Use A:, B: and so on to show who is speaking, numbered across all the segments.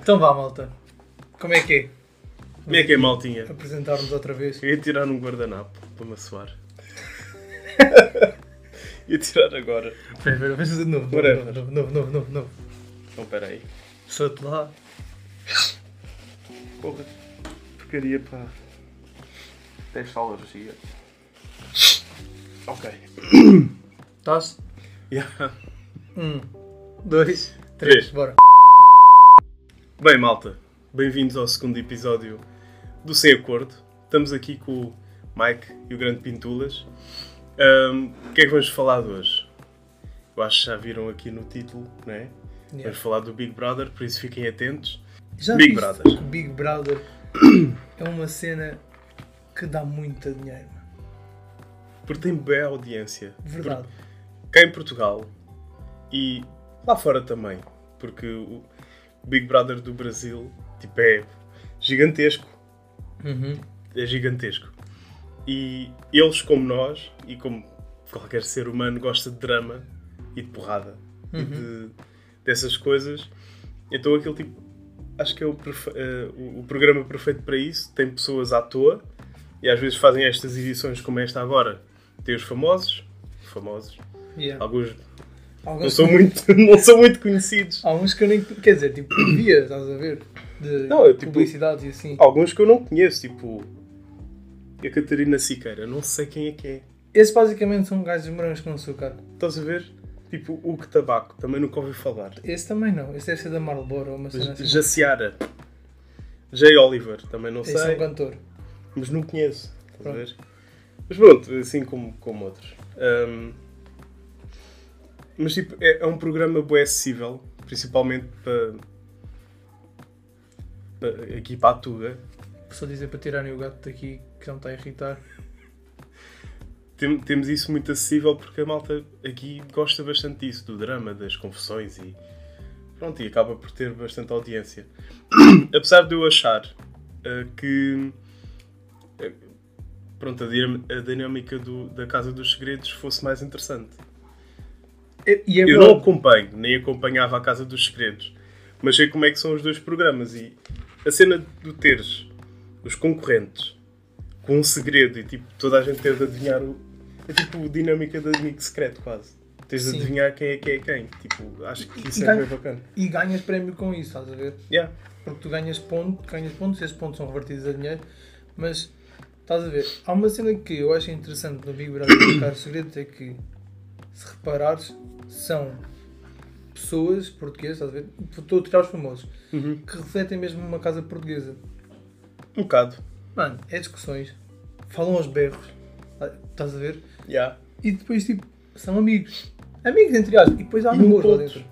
A: Então vá, malta. Como é que é?
B: Como é que é, maltinha?
A: Apresentarmos outra vez.
B: Eu ia tirar um guardanapo para me assoar. ia tirar agora.
A: Espera, espera, vamos fazer de novo.
B: Whatever.
A: Novo, novo, novo, novo, novo, novo.
B: Então, espera aí.
A: Sou-te lá.
B: Porra. Porcaria, pá. 10 alergia. Ok.
A: Tosse.
B: Yeah.
A: Um, dois,
B: Três.
A: três, bora.
B: Bem, malta. Bem-vindos ao segundo episódio do Sem Acordo. Estamos aqui com o Mike e o grande Pintulas. Ahm, o que é que vamos falar de hoje? Eu acho que já viram aqui no título, não é?
A: Yeah.
B: Vamos falar do Big Brother, por isso fiquem atentos.
A: Já
B: Big
A: viste
B: Brother.
A: que Big Brother é uma cena que dá muito dinheiro, mano.
B: Porque tem boa audiência.
A: Verdade.
B: Por- Cá em Portugal e lá fora também. Porque o Big Brother do Brasil tipo, é gigantesco.
A: Uhum.
B: É gigantesco. E eles, como nós, e como qualquer ser humano, gosta de drama e de porrada. E de, dessas coisas. Então aquilo tipo. Acho que é o, perfe- eh, o- o programa perfeito para isso. Tem pessoas à toa e às vezes fazem estas edições como esta agora. Tem os famosos, famosos,
A: Yeah.
B: alguns
A: Alguns
B: não são muito, não são muito conhecidos.
A: Há uns que eu nem. Quer dizer, tipo, via, estás a ver? De
B: Não, eu, tipo-
A: publicidades e assim.
B: Alguns que eu não conheço, tipo a Catarina Siqueira, não sei quem é que é.
A: Esses basicamente são gajos morangos com açúcar.
B: Estás a ver? Tipo o que tabaco, também nunca ouvi falar.
A: Esse também não. Esse deve ser da Marlboro ou uma cena assim.
B: Jaciara. Jay Oliver, também não
A: Esse é um
B: sei,
A: cantor.
B: mas não conheço. Estás a
A: Pronto.
B: ver? Mas pronto, assim como, como outros. Ahm, mas tipo, é, é um programa bem acessível, principalmente para, para aqui para a Tuga.
A: Só dizer para tirarem o gato daqui que não está a irritar.
B: Tem- temos isso muito acessível porque a malta aqui gosta bastante disso, do drama, das confissões e. Pronto, e acaba por ter bastante audiência. Apesar de eu achar ah, que. ah, pronto, a, dinam- a dinâmica do- da Casa dos Segredos fosse mais interessante.
A: E, e é
B: eu não
A: verdade.
B: acompanho, nem acompanhava a Casa dos Segredos, mas sei como é que são os dois programas e a cena do teres os concorrentes com um segredo e tipo toda a gente ter de adivinhar o. É tipo dinâmica de amigo secreto quase. Tens de
A: Sim.
B: adivinhar quem é que é quem. Tipo, acho que isso
A: E
B: é
A: ganha-
B: bem bacana.
A: E ganhas prémio com isso, estás a ver?
B: Yeah.
A: Porque tu ganhas, ponto, ganhas pontos, esses pontos são revertidos a dinheiro, mas estás a ver? Há uma cena que eu acho interessante no Big Brother do Carlos Segredos é que, se reparares, são pessoas portuguesas, estás a ver? Estou a tirar os famosos,
B: Uhum.
A: que refletem mesmo uma casa portuguesa.
B: Um bocado.
A: Mano, é discussões, falam aos berros, estás a ver?
B: Yeah.
A: E depois, tipo, são amigos. Amigos, entre aspas. E depois há
B: E
A: amor lá
B: incultos.
A: dentro.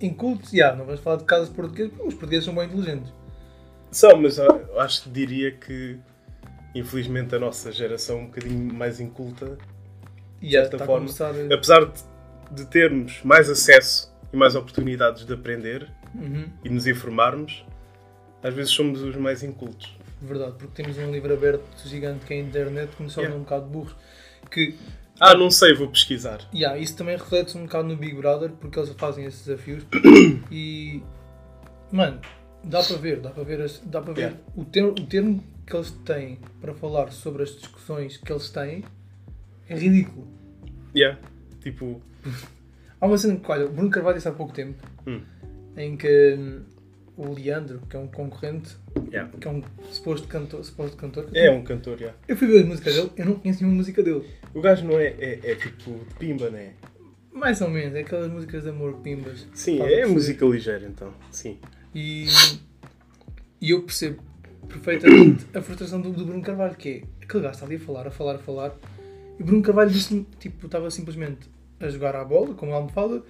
A: Incultos, já, não vamos falar de casas portuguesas, porque os portugueses são bem inteligentes.
B: São, mas eu eu acho que diria que infelizmente a nossa geração é um bocadinho mais inculta
A: E já
B: certa
A: está a
B: forma.
A: começar a...
B: apesar de, de termos mais acesso e mais oportunidades de aprender
A: Uhum,
B: e nos informarmos, às vezes somos os mais incultos.
A: verdade, porque temos um livro aberto gigante que é a internet, que nos torna
B: Yeah.
A: um bocado burros. Que,
B: Ah, não sei, vou pesquisar.
A: yeah, isso também reflete-se um bocado no Big Brother, porque eles fazem esses desafios. e, mano, dá para ver, dá para ver, as- dá para ver
B: Yeah.
A: o, ter- o termo que eles têm para falar sobre as discussões que eles têm é ridículo.
B: Yeah. Tipo,
A: Há uma cena que, olha, o Bruno Carvalho disse há pouco tempo,
B: Hum.
A: em que hum, o Leandro, que é um concorrente,
B: yeah.
A: que é um suposto cantor, suposto cantor que eu
B: é um cantor, yeah.
A: Eu fui ver as músicas dele, eu não conheço nenhuma música dele.
B: O gajo não é, é, é tipo de pimba, não é?
A: Mais ou menos, é aquelas músicas de amor pimbas.
B: Sim,
A: Faz
B: é
A: perceber.
B: música ligeira então. Sim.
A: E, e eu percebo perfeitamente a frustração do, do Bruno Carvalho, que é aquele gajo está ali a falar, a falar, a falar. E o Bruno Carvalho disse-me, tipo, estava simplesmente a jogar à bola, como ele me fala,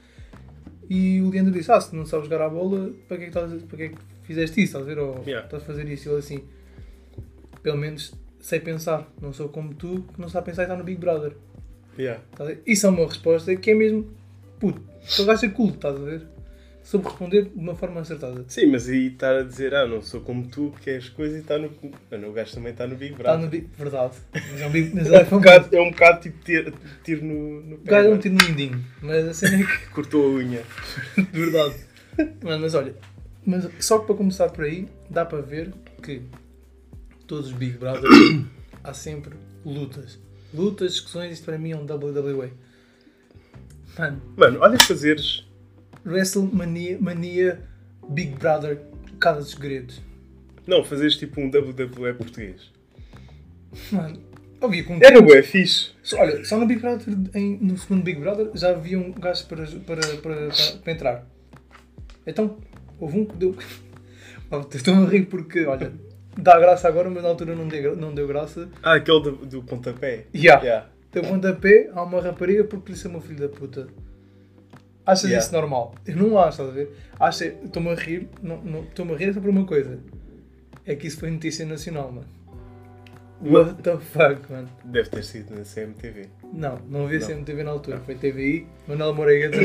A: e o Leandro disse: Ah, se não sabes jogar à bola, para que é que, estás, a- para que, é que fizeste isso? Estás a ver? Ou
B: Yeah.
A: estás a fazer isso? E ele assim: Pelo menos sei pensar, não sou como tu, que não sabe pensar e está no Big Brother.
B: Yeah.
A: Estás a ver? Isso é uma resposta que é mesmo puto. Aquele gajo é culto, estás a ver? Soube responder de uma forma acertada.
B: Sim, mas aí estar a dizer, ah, não sou como tu, que és coisa e está no. Mano, o gajo também está no Big
A: Está
B: Brother.
A: Tá no bico, verdade. Mas é um bico, mas
B: É
A: é
B: um
A: um
B: bocado, é um bocado tipo tiro, tiro no, no
A: O gajo é um
B: mano.
A: tiro no mindinho, mas a cena é que.
B: Cortou a unha.
A: De verdade. Mano, mas olha, Mas só para começar por aí, dá para ver que todos os Big Brothers há sempre lutas. Lutas, discussões, isto para mim é um WWE. Mano,
B: Mano, olha fazeres.
A: WrestleMania Mania Big Brother Casa dos Segredos.
B: Não, fazeres tipo um WWE português.
A: Mano, havia com
B: Era bué fixe.
A: Só- Olha, só no Big Brother, em- no segundo Big Brother, já havia um gajo para, para, para, para, para entrar. Então, houve um que deu. Oh, Estou-me a rir porque, olha, dá graça agora, mas na altura não deu, não deu graça.
B: Ah, aquele do, do pontapé.
A: Yeah.
B: Yeah.
A: Deu pontapé a uma rapariga porque lhe chamou filho da puta. Achas
B: Yeah.
A: isso normal? Eu não acho, estás a ver? Acho, estou-me a rir, não- não- estou-me a rir só por uma coisa. É que isso foi notícia nacional, mano. What the fuck, mano?
B: Deve ter sido na CMTV.
A: Não, não havia
B: Não.
A: CMTV na altura, foi TVI, Manuel Moreira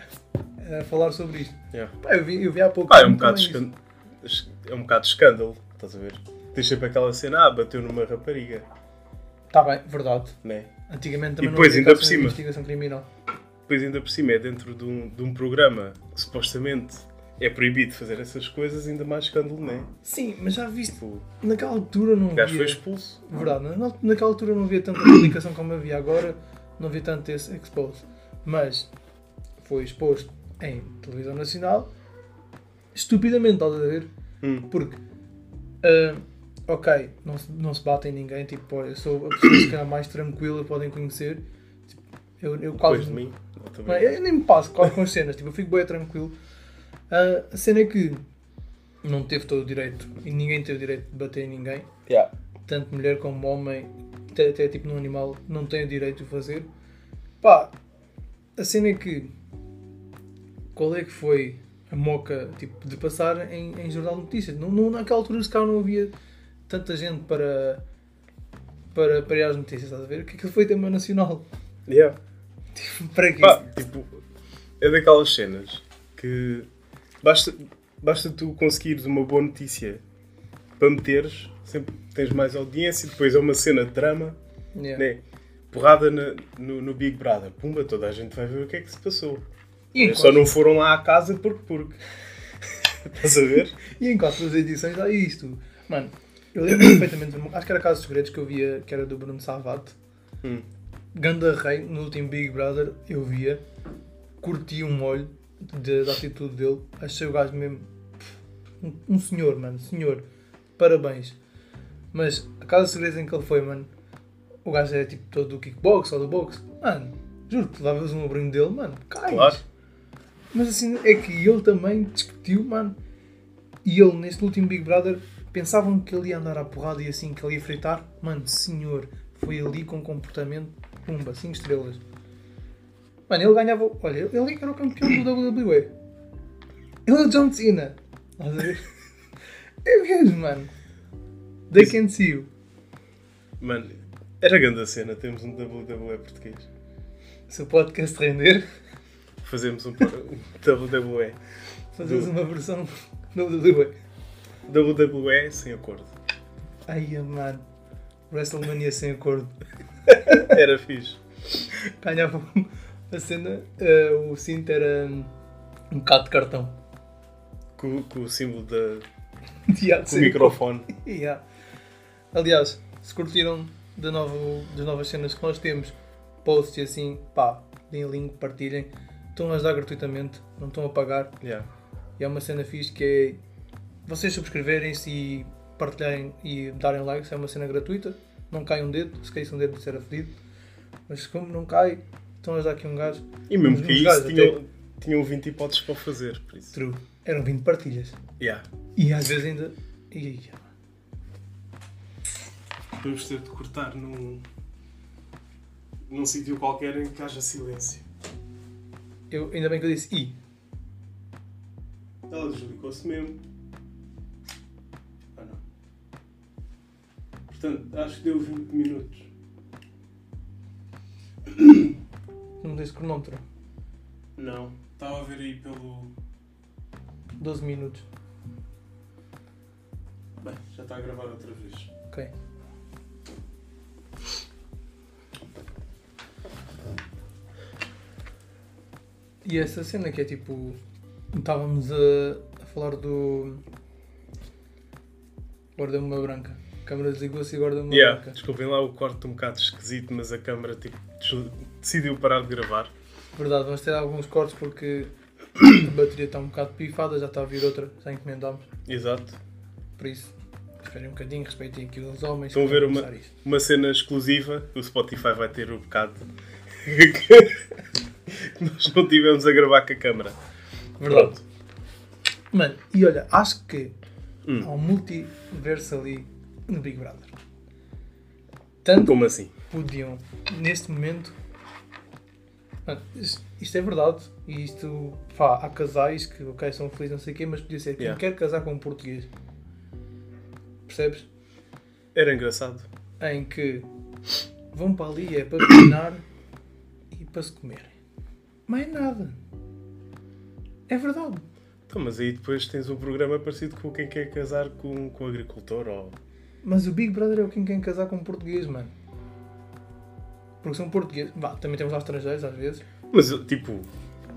A: a, a falar sobre isto.
B: Yeah.
A: Pá, eu vi, eu vi há pouco
B: Pá, é um
A: tempo
B: bocado
A: também isso.
B: escândalo. É um bocado escândalo, estás a ver? Tens sempre aquela cena, ah, bateu numa rapariga,
A: Tá bem, verdade.
B: né?
A: Antigamente também
B: E depois,
A: não havia
B: ainda por
A: casos de
B: cima.
A: investigação criminal.
B: Depois ainda por cima é dentro de um, de um programa que supostamente é proibido fazer essas coisas, ainda mais escândalo, né?
A: Sim, mas já viste,
B: Tipo,
A: naquela altura não
B: o gajo foi
A: havia...
B: expulso.
A: Verdade, na- na- naquela altura não havia tanta publicação como havia agora, não havia tanto esse expose. Mas foi exposto em televisão nacional, estupidamente, estás a ver?
B: Hum.
A: Porque, ah, ok, não se, não se bate em ninguém, tipo, pô, eu sou a pessoa se calhar mais tranquila, podem conhecer. Tipo, eu, eu
B: Depois
A: quase.
B: de mim. não, também.
A: Não, eu, eu nem me passo quase com as cenas, tipo, eu fico bem tranquilo. Ah, a cena é que não teve todo o direito, e ninguém teve o direito de bater em ninguém
B: Yeah.
A: tanto mulher como homem, até, até tipo num animal, não tem o direito de o fazer. Pá, a cena é que. Qual é que foi a moca tipo, de passar em, em Jornal de Notícias? Não, não- naquela altura, se calhar, não havia tanta gente para, para, para ir às notícias, estás a ver? Que aquilo foi tema nacional.
B: Yeah.
A: para quê?
B: Pá, tipo, é daquelas cenas que basta, basta tu conseguires uma boa notícia para meteres, sempre tens mais audiência, depois é uma cena de drama,
A: Yeah.
B: né? Porrada na- no, no Big Brother, pumba, toda a gente vai ver o que é que se passou.
A: E em
B: Eles é Só
A: quase-
B: não foram lá à casa porque porque. Estás a ver?
A: E em quase todas as edições há isto. Mano, eu lembro perfeitamente. de uma- Acho que era Casa dos Segredos que eu via, que era do Bruno Salvato.
B: Hum.
A: Ganda Rei, no último Big Brother, eu via. Curti um olho de- da atitude dele. Achei o gajo mesmo. pff, um- Um senhor, mano. Senhor. Parabéns. Mas a Casa dos Segredos em que ele foi, mano. O gajo era tipo todo do kickbox ou do boxe. Mano, juro-te, levavas um abrinho dele, mano. Cais.
B: Claro.
A: Mas assim, é que ele também discutiu, mano. E ele, neste último Big Brother, pensavam que ele ia andar à porrada e assim, que ele ia fritar. Mano, senhor, foi ali com um comportamento, pumba, 5 estrelas. Mano, ele ganhava. Olha, ele é era o campeão do WWE. Ele é o John Cena. Estás a ver? É mesmo, mano. They can see you.
B: Mano, era grande a cena, temos um WWE português.
A: Se o podcast render,
B: Fazemos um, um WWE.
A: fazes uma versão WWE.
B: WWE sem acordo.
A: Ai, mano. WrestleMania sem acordo.
B: Era fixe.
A: ganhava a cena, eh, o cinto era hum, um bocado de cartão.
B: Com, com o símbolo da,
A: Yeah,
B: com
A: sim.
B: o microfone.
A: Yeah. Aliás, se curtiram da novo, das novas cenas que nós temos, posts e assim, pá, deem link, partilhem. Estão a ajudar gratuitamente, não estão a pagar.
B: Yeah.
A: E é uma cena fixe que é vocês subscreverem-se e partilharem e darem likes, é uma cena gratuita, não cai um dedo, se caísse um dedo isso era fedido, mas como não cai, estão a ajudar aqui um gajo.
B: E mesmo
A: Uns-
B: que
A: uns
B: isso,
A: gajos
B: tinham, tinham 20 hipóteses para fazer. Por isso.
A: True. Eram 20 partilhas.
B: Yeah.
A: E às vezes ainda. Ih,
B: Vamos ter de cortar num, num sítio qualquer em que haja silêncio.
A: eu, ainda bem que eu disse I.
B: Ela desligou-se mesmo. Ah não. Portanto, acho que deu 20 minutos.
A: Não disse cronómetro.
B: Não. Estava a ver aí pelo.
A: 12 minutos.
B: Bem, já está a gravar outra vez.
A: Ok. E essa cena que é tipo. Estávamos a, a falar do. Guarda-me uma branca. Câmara desligou-se e guarda-me uma
B: Yeah,
A: branca.
B: desculpem lá o corte um bocado esquisito, mas a câmara tipo, des- decidiu parar de gravar.
A: Verdade, vamos ter alguns cortes porque a bateria está um bocado pifada, já está a vir outra, já encomendámos.
B: Exato.
A: Por isso, esperem um bocadinho, respeitem aqui os homens.
B: Estão a
A: que
B: ver
A: vão
B: uma,
A: começar isto.
B: uma cena exclusiva. O Spotify vai ter o bocado que nós não tivemos a gravar com a câmara.
A: Verdade. Mano, e olha, acho que
B: Hum.
A: há um multiverso ali no Big Brother. Tanto
B: Como assim?
A: podiam, neste momento. Mano, is- isto é verdade. E isto. Pá, há casais que, ok, são felizes, não sei o quê, mas podia ser quem
B: Yeah.
A: quer casar com um português. Percebes?
B: Era engraçado.
A: Em que vão para ali é para cozinhar e para se comerem. Mais nada. É verdade.
B: Então, mas aí depois tens um programa parecido com quem quer casar com, com agricultor ou.
A: Mas o Big Brother é o quem quer casar com um português, mano. Porque são portugueses. Vá, também temos lá estrangeiros às vezes.
B: Mas tipo,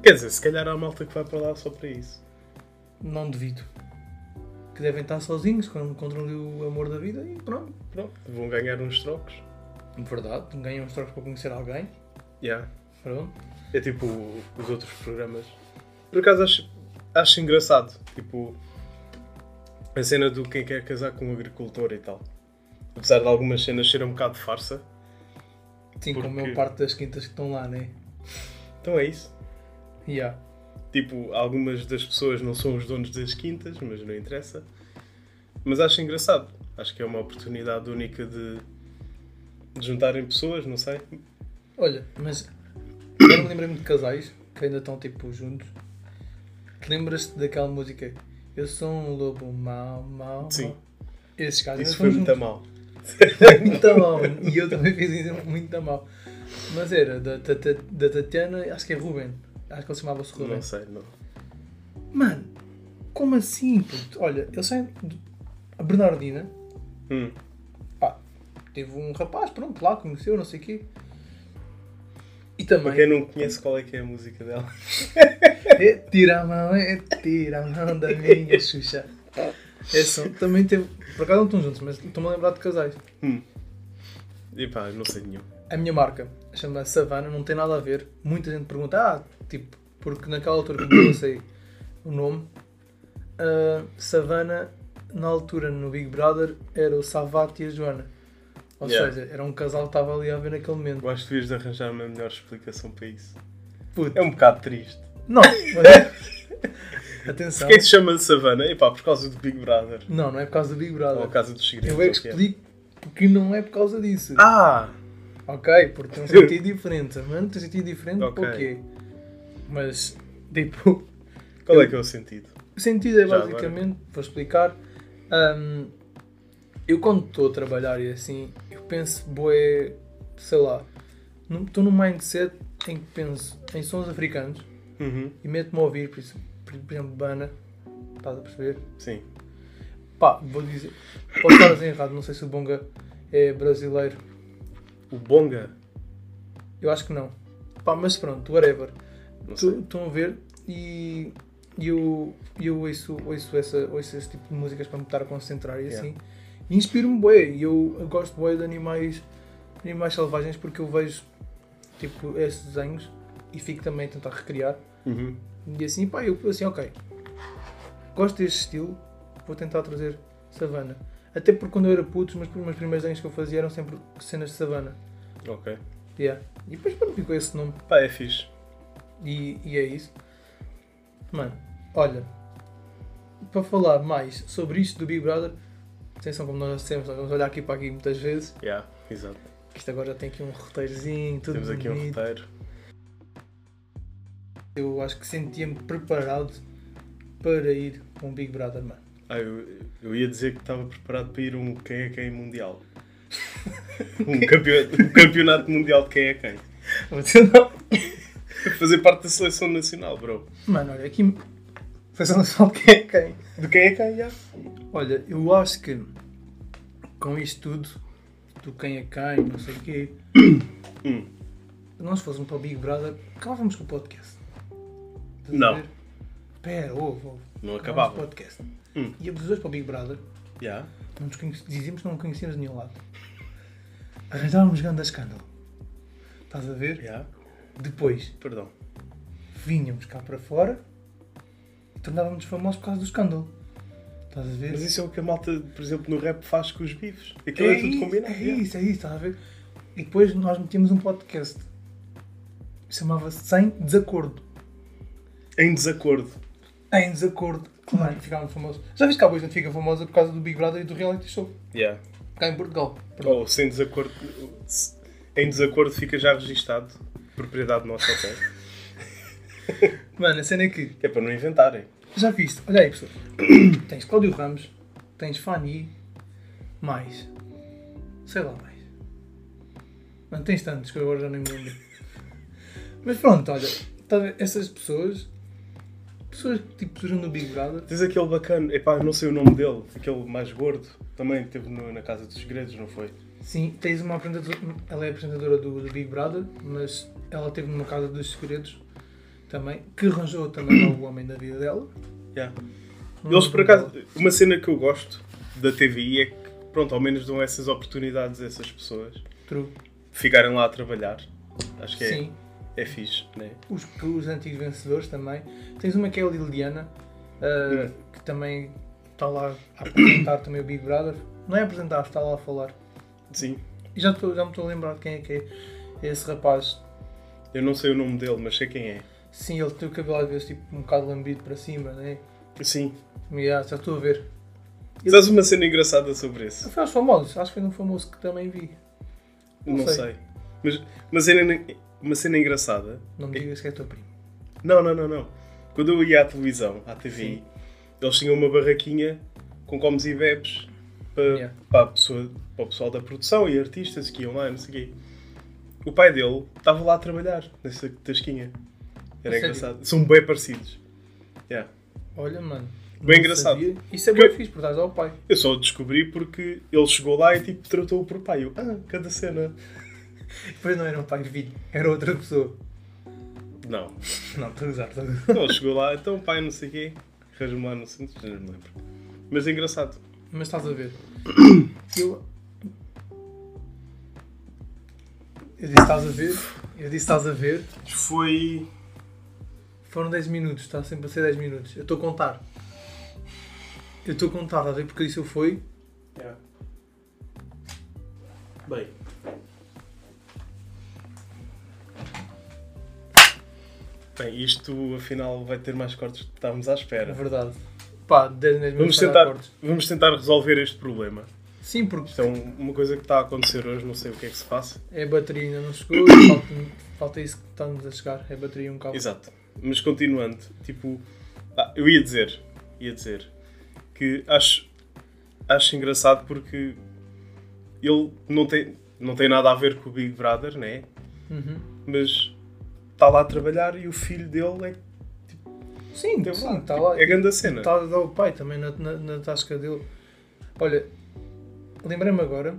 B: quer dizer, se calhar há malta que vai para lá só para isso.
A: Não duvido. Que devem estar sozinhos, quando encontram ali o amor da vida e pronto.
B: Pronto, vão ganhar uns trocos.
A: Verdade, ganham uns trocos para conhecer alguém.
B: Yeah.
A: Pronto.
B: É tipo os outros programas. Por acaso acho, acho engraçado. Tipo, a cena do quem quer casar com um agricultor e tal. Apesar de algumas cenas serem um bocado de farsa.
A: Sim, como é
B: Porque-
A: o parte das quintas que estão lá, né?
B: Então é isso.
A: Yeah.
B: Tipo, algumas das pessoas não são os donos das quintas, mas não interessa. Mas acho engraçado. Acho que é uma oportunidade única de, de juntarem pessoas, não sei.
A: Olha, mas agora me lembrei-me de casais que ainda estão tipo juntos. Te lembras-te daquela música Eu sou um lobo mau, mau, mau?
B: Sim.
A: Esses casos
B: Isso
A: ainda
B: foi
A: estão
B: muito a
A: juntos.
B: mal.
A: muito mal. mano. E eu também fiz isso muito a mal. Mas era da, da, da- da Tatiana, acho que é Ruben. Acho que ele chamava-se Ruben.
B: Não sei, não.
A: Mano, como assim? puto? Olha, eu sei. A Bernardina
B: Hum,
A: pá, teve um rapaz, pronto, lá conheceu, não sei o quê. E também.
B: Para quem não conhece qual é que é a música dela.
A: É, tira a mão, é, tira a mão da minha Xuxa. É só, também teve. Por acaso não estão juntos, mas estou-me a lembrar de casais.
B: Epá, não sei nenhum.
A: A minha marca chama Savana, não tem nada a ver. Muita gente pergunta, ah, tipo, porque naquela altura que eu lancei o nome, a Savana, na altura no Big Brother, era o Savate e a Joana. Ou
B: Yeah.
A: seja, era um casal que estava ali a ver naquele momento.
B: Eu acho que devias de arranjar uma melhor explicação para isso.
A: Puto.
B: É um bocado triste.
A: Não, mas... Atenção.
B: Porquê é que se chama Savana? Epá, por causa do Big Brother.
A: Não, não é por causa do Big
B: Ou
A: Brother.
B: a Casa dos Segredos.
A: Eu é que
B: ou o que é.
A: explico porque não é por causa disso.
B: Ah!
A: Ok, porque tem um sentido diferente. Mano, tem um sentido diferente
B: Ok.
A: para o quê? Mas, tipo,
B: Qual é que é o sentido?
A: o sentido é
B: Já
A: basicamente, vou explicar. hum, eu quando estou a trabalhar e assim, eu penso, boé, sei lá, num- estou num mindset em que penso em sons africanos
B: Uhum.
A: e meto-me a ouvir, por, isso, por por exemplo, Bana, estás a perceber?
B: Sim.
A: Pá, vou dizer, posso estar a dizer errado, não sei se o Bonga é brasileiro.
B: O Bonga.
A: Eu acho que não. Pá, mas pronto, whatever.
B: Não
A: Tu-
B: sei.
A: Estão a ver e e eu, e eu ouço, ouço, essa, ouço esse tipo de músicas para me estar a concentrar e
B: Yeah.
A: assim. E inspiro-me bué. E eu, eu gosto bué de animais, animais selvagens porque eu vejo tipo esses desenhos e fico também a tentar recriar.
B: Uhum.
A: E assim, pá, eu assim, ok. Gosto deste estilo, vou tentar trazer savana. Até porque quando eu era puto, os meus, os meus primeiros desenhos que eu fazia eram sempre cenas de savana.
B: Ok.
A: Yeah. E depois pronto, ficou esse nome.
B: Pá, é fixe.
A: E, e é isso. Mano, olha, para falar mais sobre isto do Big Brother, atenção como nós já dissemos, nós vamos olhar aqui para aqui muitas vezes,
B: Yeah, exato.
A: que isto agora já tem aqui um roteirozinho, tudo
B: Temos aqui um
A: bonito.
B: roteiro.
A: Eu acho que sentia-me preparado para ir para um Big Brother, mano.
B: Ah, eu, eu ia dizer que estava preparado para ir a um quem é quem mundial. um, campeonato, um campeonato mundial de quem é quem.
A: Você não-
B: Fazer parte da seleção nacional, bro.
A: Mano, olha, aqui faz a noção de quem é quem.
B: De quem é quem, yeah.
A: Olha, eu acho que com isto tudo, do quem é quem, não sei o quê,
B: Hum.
A: nós fôssemos para o Big Brother, acabávamos com o podcast. Estás a
B: Não.
A: ver? Pera, ouve, ouve. Acabámos
B: Não
A: o
B: acabava.
A: podcast.
B: Hum.
A: Íamos os dois para o Big Brother.
B: Já?
A: Não nos conhece- dizíamos que não conhecíamos de nenhum lado. Arranjávamos grande escândalo. Estás a ver?
B: Já?
A: Depois
B: Perdão.
A: vinhamos cá para fora e tornávamos-nos famosos por causa do escândalo. Estás a ver?
B: Mas isso é o que a malta, por exemplo, no rap faz com os bifes.
A: é,
B: Aquilo é, tudo
A: isso,
B: combinado.
A: É
B: já.
A: isso, é isso, estás a ver? E depois nós metíamos um podcast. Chamava-se Sem Desacordo.
B: Em desacordo.
A: Em desacordo. Claro, ficávamos famosos. Já viste que a Boys não fica famosa por causa do Big Brother e do reality show?
B: Yeah.
A: Cá em Portugal.
B: Ou sem desacordo. se- Em desacordo fica já registado. Propriedade nossa, ok?
A: Mano, a cena é que
B: Que é para não inventarem.
A: Já viste? Olha aí, pessoal. tens Cláudio Ramos, tens Fanny, mais. Sei lá mais. Mano, tens tantos que eu agora já nem me lembro. Mas pronto, olha. tá a ver? Essas pessoas. Pessoas que tipo surgem no Big Brother.
B: Tens aquele bacana, epá, não sei o nome dele, aquele mais gordo, também teve no- na Casa dos Segredos, não foi?
A: Sim, tens uma apresentadora. Ela é apresentadora do, do Big Brother, mas ela teve numa casa dos segredos também. Que arranjou também ao homem da vida dela.
B: Yeah. Eles, por acaso, uma cena que eu gosto da TVI é que, pronto, ao menos dão essas oportunidades a essas pessoas
A: True.
B: ficarem lá a trabalhar. Acho que é,
A: Sim.
B: é fixe, né?
A: os, os antigos vencedores também. Tens uma que é a Liliana, uh,
B: Hum.
A: que também está lá a apresentar também o Big Brother. Não é apresentar, está lá a falar.
B: Sim.
A: E já, tô, já me estou a lembrar de quem é que é esse rapaz.
B: Eu não sei o nome dele, mas sei quem é.
A: Sim, ele tem o cabelo às vezes tipo, um bocado lambido para cima, né? ah,
B: Sim.
A: Já, já estou a ver.
B: Sabes uma cena engraçada sobre isso?
A: Foi aos famosos, acho que foi num famoso que também vi. Não
B: Não,
A: sei.
B: sei. Mas uma cena, uma cena engraçada
A: Não me digas que é teu primo.
B: Não, não, não, não. Quando eu ia à televisão, à TV,
A: Sim.
B: eles tinham uma barraquinha com comes e bebes para,
A: Yeah.
B: para, a pessoa- para o pessoal da produção e artistas que iam lá, não sei o quê. O pai dele estava lá a trabalhar nessa tasquinha. Era
A: A sério?
B: engraçado. São bem parecidos. Yeah.
A: Olha, mano.
B: Bem
A: não
B: engraçado.
A: sabia. Isso é
B: Que-
A: bem fixe, por estás ao pai.
B: Eu só o descobri porque ele chegou lá e tipo tratou-o por pai. Eu, ah, cada cena.
A: Depois não era um pai e filho, era outra pessoa.
B: Não.
A: Não, estou a usar, estou a usar.
B: Então ele chegou lá, então pai, não sei o quê. Arranjo-me lá, não sei, já não me lembro. Mas é engraçado.
A: Mas estás a ver. Eu. Eu disse estás a ver. Eu disse estás a ver.
B: Foi
A: Foram 10 minutos, está sempre a ser 10 minutos. Eu estou a contar. Eu estou a contar, estás a ver? Porque isso foi.
B: É. Bem. Bem, isto afinal vai ter mais cortes do que estávamos à
A: É
B: espera.
A: verdade. Pá, 10 em 10
B: Vamos
A: minutos. vai dar
B: tentar,
A: cortes.
B: vamos tentar resolver este problema.
A: Sim, porque
B: Isto é um- uma coisa que está a acontecer hoje, não sei o que é que se passa.
A: é a bateria ainda não chegou. falta, falta isso que estamos a chegar. É a bateria e um cabo.
B: Exato. Mas continuando, tipo, ah, eu ia dizer, ia dizer que acho, acho engraçado porque ele não tem, não tem nada a ver com o Big Brother, né?
A: Uhum.
B: mas está lá a trabalhar e o filho dele é,
A: Sim,
B: teve
A: sim,
B: lá.
A: está Então tá
B: Tipo,
A: lá.
B: é grande a cena.
A: Está a dar o pai também na, na, na tasca dele. Olha, lembrei-me agora,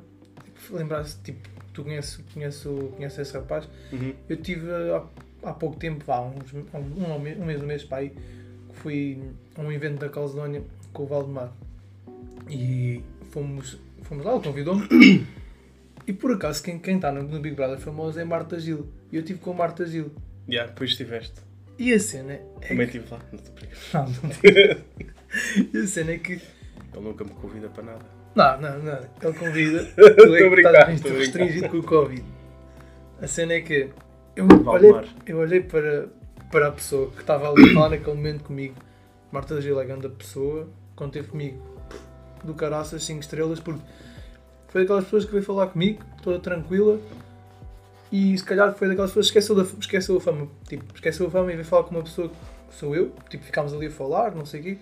A: lembrar-se, tipo, tu conheces, conheces, o- conheces esse rapaz,
B: Uhum.
A: eu tive há, há pouco tempo, há uns, há um, um mês, um mês, um mês pai, que fui a um evento da Calzedónia com o Valdemar. E fomos, fomos lá, ele convidou-me. E por acaso, quem quem está no, no Big Brother famoso é Marta Gil. E eu estive com a Marta Gil.
B: Já, depois estiveste.
A: E a cena é
B: Também
A: que...
B: estive lá. Não estou brincando.
A: Não, não. E a cena é que
B: Ele nunca me convida para nada.
A: Não, não, não. Ele convida. Tu é
B: Tô a
A: que
B: brincar,
A: estás muito
B: tô a brincar.
A: restringido com o Covid. A cena é que eu olhei,
B: Valdemar.
A: eu olhei para, para a pessoa que estava ali a falar naquele momento comigo. Marta Gil é a grande pessoa, quando esteve comigo, do caraças 5 estrelas, porque foi daquelas pessoas que veio falar comigo, toda tranquila, e se calhar foi daquelas pessoas que esqueceu, da, esqueceu a fama. Tipo, esqueceu a fama e veio falar com uma pessoa que sou eu, tipo, ficámos ali a falar, não sei o quê.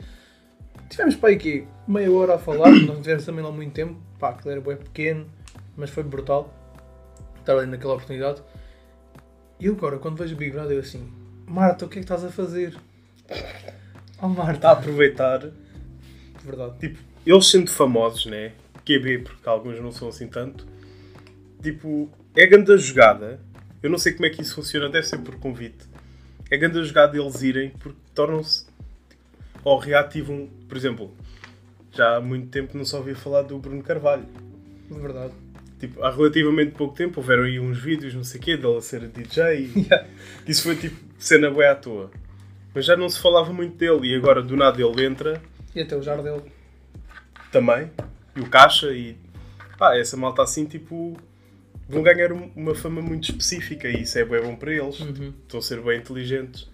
A: Tivemos para aí quê? meia hora a falar, nós não tivemos também lá muito tempo, pá, aquilo era bem pequeno, mas foi brutal estar ali naquela oportunidade. E eu agora, quando vejo o Big Brother, eu assim, Marta, o que é que estás a fazer? Oh
B: Está Tá a
A: Marta,
B: aproveitar.
A: de verdade.
B: Tipo, eles sendo famosos, né? QB, porque alguns não são assim tanto. Tipo, é grande a jogada. Eu não sei como é que isso funciona, deve ser por convite. É grande a jogada eles irem porque tornam-se ou reativam, por exemplo, já há muito tempo que não se ouvia falar do Bruno Carvalho.
A: de verdade.
B: Tipo, há relativamente pouco tempo houveram aí uns vídeos, não sei o quê, dele a ser DJ. e-
A: Yeah.
B: Isso foi tipo cena bué à toa. Mas já não se falava muito dele e agora do nada ele entra
A: E até o Jardel.
B: também. E o Caixa e pá, essa malta assim tipo vão ganhar um- uma fama muito específica e isso é bué bom para eles. Estão a ser bem inteligentes.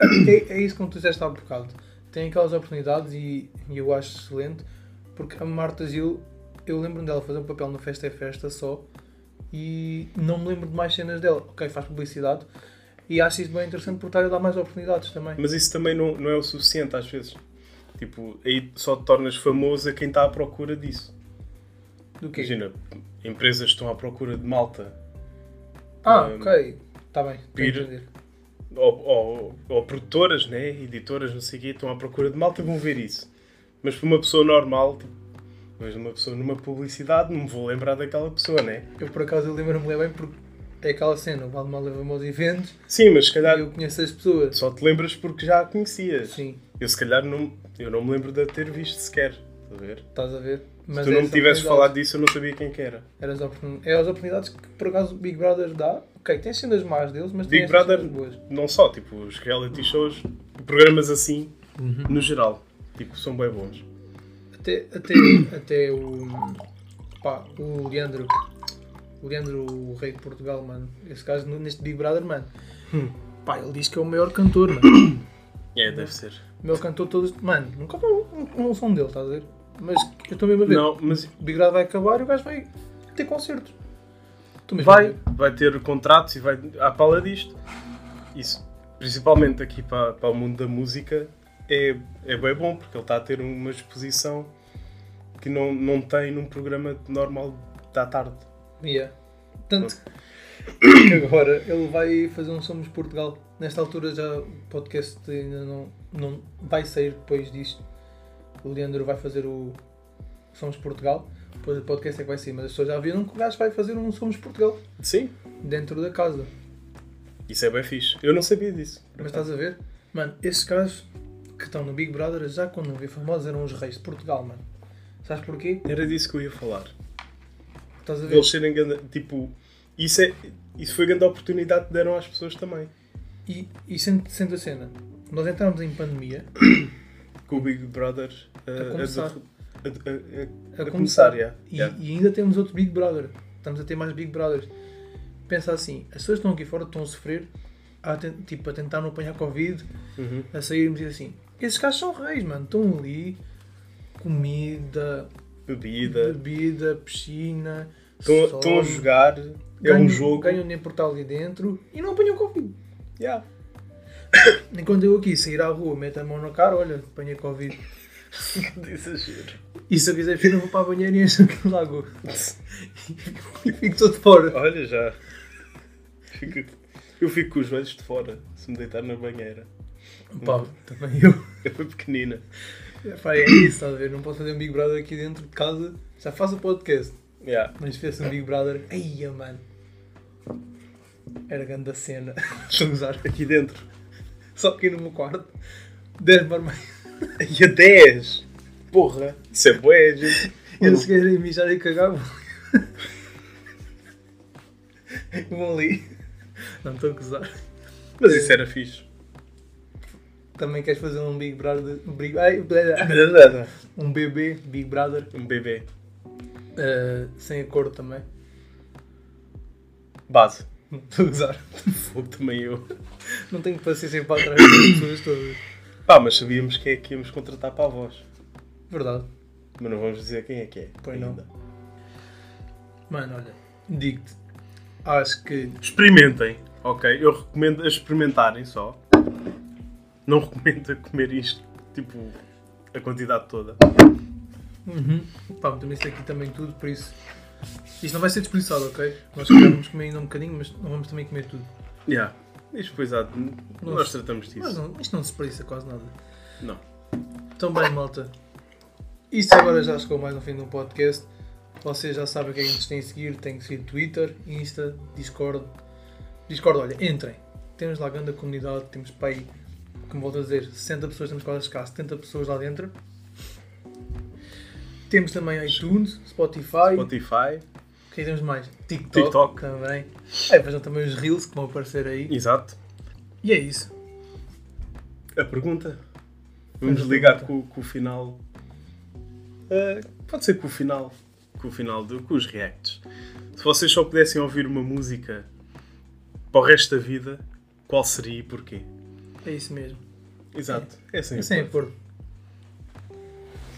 A: É, é isso que tu disseste há bocado. Tem aquelas oportunidades e, e eu acho excelente, porque a Marta Gil, eu lembro-me dela fazer um papel no Festa é Festa só e não me lembro de mais cenas dela. Ok, faz publicidade e acho isso bem interessante porque está-lhe a dar mais oportunidades também.
B: Mas isso também não, não é o suficiente às vezes. Tipo, aí só te tornas famoso a quem está à procura disso.
A: Do quê?
B: Imagina, empresas estão à procura de malta
A: Ah,
B: Um,
A: ok. Está bem. estou a
B: Pira.
A: entender.
B: ou, ou- ou produtoras, né? editoras, não sei o quê, estão à procura de malta, vão ver isso. Mas para uma pessoa normal, tipo, vejo uma pessoa numa publicidade, não me vou lembrar daquela pessoa, né?
A: Eu por acaso eu lembro-me bem porque é aquela cena, o Valdemar leva-me aos eventos
B: Sim, mas se
A: e
B: calhar
A: eu conheço as pessoas.
B: só te lembras porque já a conhecias.
A: Sim,
B: Eu se calhar não, eu não me lembro de a ter visto sequer. Estás a ver?
A: estás a ver?
B: Se
A: Mas
B: tu não
A: é
B: me
A: essa oportunidade.
B: tivesses falado disso, eu não sabia quem que era.
A: Era as oportun- é as oportunidades que por acaso o Big Brother dá. Ok, tem cenas más deles, mas tem
B: Big
A: estas
B: Brother,
A: cenas boas.
B: não só, tipo, os reality shows, programas assim,
A: Uhum.
B: no geral, tipo, são bem bons.
A: Até, até, até o. Pá, o Leandro. O Leandro, o rei de Portugal, mano. Esse caso neste Big Brother, mano.
B: Hum.
A: Pá, ele diz que é o maior cantor, mano.
B: É, deve ser.
A: O maior cantor de todos. Mano, nunca ouvi um, um, um som dele, estás a ver? Mas eu estou mesmo a ver.
B: Não, mas
A: O Big Brother vai acabar e o gajo vai ter concertos. Estou mesmo a
B: vai,
A: ver.
B: vai ter contratos e vai à pala disto. Isso, principalmente aqui para, para o mundo da música, é, é bem bom, porque ele está a ter uma exposição que não, não tem num programa normal da tarde.
A: Yeah. Tanto que agora ele vai fazer um Somos Portugal. Nesta altura já o podcast ainda não, não vai sair depois disto. O Leandro vai fazer o Somos Portugal. Depois o podcast é que vai sair. Mas as pessoas já viram que o gajo vai fazer um Somos Portugal
B: Sim,
A: dentro da casa.
B: isso é bem fixe. Eu não sabia disso.
A: Mas estás a ver? Mano, esses caras que estão no Big Brother já quando não vi famosos eram os reis de Portugal, mano. Sabes porquê?
B: Era disso que eu ia falar.
A: Estás a ver?
B: Eles serem ganda, tipo, isso, é, isso foi grande oportunidade que deram às pessoas também.
A: E, e sendo, sendo a cena, nós entramos em pandemia
B: Que o Big Brother eh,
A: A começar.
B: derro- a- a-
A: a
B: a- a
A: começar.
B: yeah.
A: E,
B: Yeah.
A: e ainda temos outro Big Brother. Estamos a ter mais Big Brothers. Pensa assim, as pessoas que estão aqui fora estão a sofrer, a ten- tipo, a tentar não apanhar Covid,
B: Uhum.
A: a sairmos e assim. Esses caras são reis, mano. Estão ali, comida,
B: Bebida.
A: bebida, piscina, sol,
B: Estão a jogar. É
A: ganham-
B: um jogo.
A: Ganham nem portal ali dentro e não apanham Covid.
B: Yeah.
A: Enquanto eu aqui sair à rua, meto a mão na cara, olha, apanhei Covid.
B: Exagero.
A: E se avisei, filho, vou para a banheira e encho aquele lago. e fico todo fora.
B: Olha já. Fico- eu fico com os joelhos de fora se me deitar na banheira.
A: Pá, também eu.
B: É bem pequenina.
A: Pá, é isso, estás a ver? Não posso fazer um Big Brother aqui dentro de casa. Já faço o podcast,
B: Yeah.
A: mas se fizesse um Big Brother. Eia, mano. Era grande a cena. Estou a usar.
B: Aqui dentro.
A: Só aqui no meu quarto. 10 barmaios.
B: E a 10! Porra! Isso é bué, gente. Eu
A: Eles
B: não-
A: querem mijar e cagar. vão- Vão ali. Não estou a gozar.
B: Mas
A: é.
B: isso era fixe.
A: Também queres fazer um Big Brother. Um, big, ai, blá, blá. um bebê Big Brother.
B: é Um bebê.
A: eh, sem acordo também.
B: Base.
A: Não estou a gozar.
B: Fogo também eu.
A: Não tenho paciência para atrás das pessoas todas.
B: Pá, mas sabíamos quem é que íamos contratar para a voz.
A: Verdade.
B: Mas não vamos dizer quem é que é.
A: Pois não. Mano, olha, digo-te, acho que
B: Experimentem. Ok, eu recomendo a experimentarem só. Não recomendo a comer isto, tipo, a quantidade toda.
A: Uhum. pá, metemos isto aqui também tudo, por isso. Isto não vai ser desperdiçado, ok? Nós calhar vamos comer ainda um bocadinho, mas não vamos também comer tudo.
B: Yeah. Isto depois há de... Nós tratamos disso.
A: Mas não, isto não desperdiça quase nada.
B: Não.
A: Então bem, malta. Isto agora já chegou mais ao fim do podcast. Vocês já sabem o que é que nos têm a seguir. Tem que seguir Twitter, Insta, Discord. Discord, olha, entrem. Temos lá a grande comunidade. Temos para aí como volto a dizer, 60 pessoas, temos quase cá 70 pessoas lá dentro. Temos também iTunes, Spotify,
B: Spotify,
A: o que é que temos mais? TikTok,
B: TikTok.
A: também. É, vejam também os Reels que vão aparecer aí.
B: exato.
A: E é isso.
B: A pergunta.
A: Vamos
B: Vamos ligar
A: pergunta.
B: com, com o final. Ah, pode ser com o final. Com o final, do, com os reacts. Se vocês só pudessem ouvir uma música para o resto da vida, qual seria e porquê?
A: É isso mesmo.
B: Exato. É, assim.
A: Sem acordo.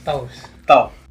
A: Talvez.
B: Tal.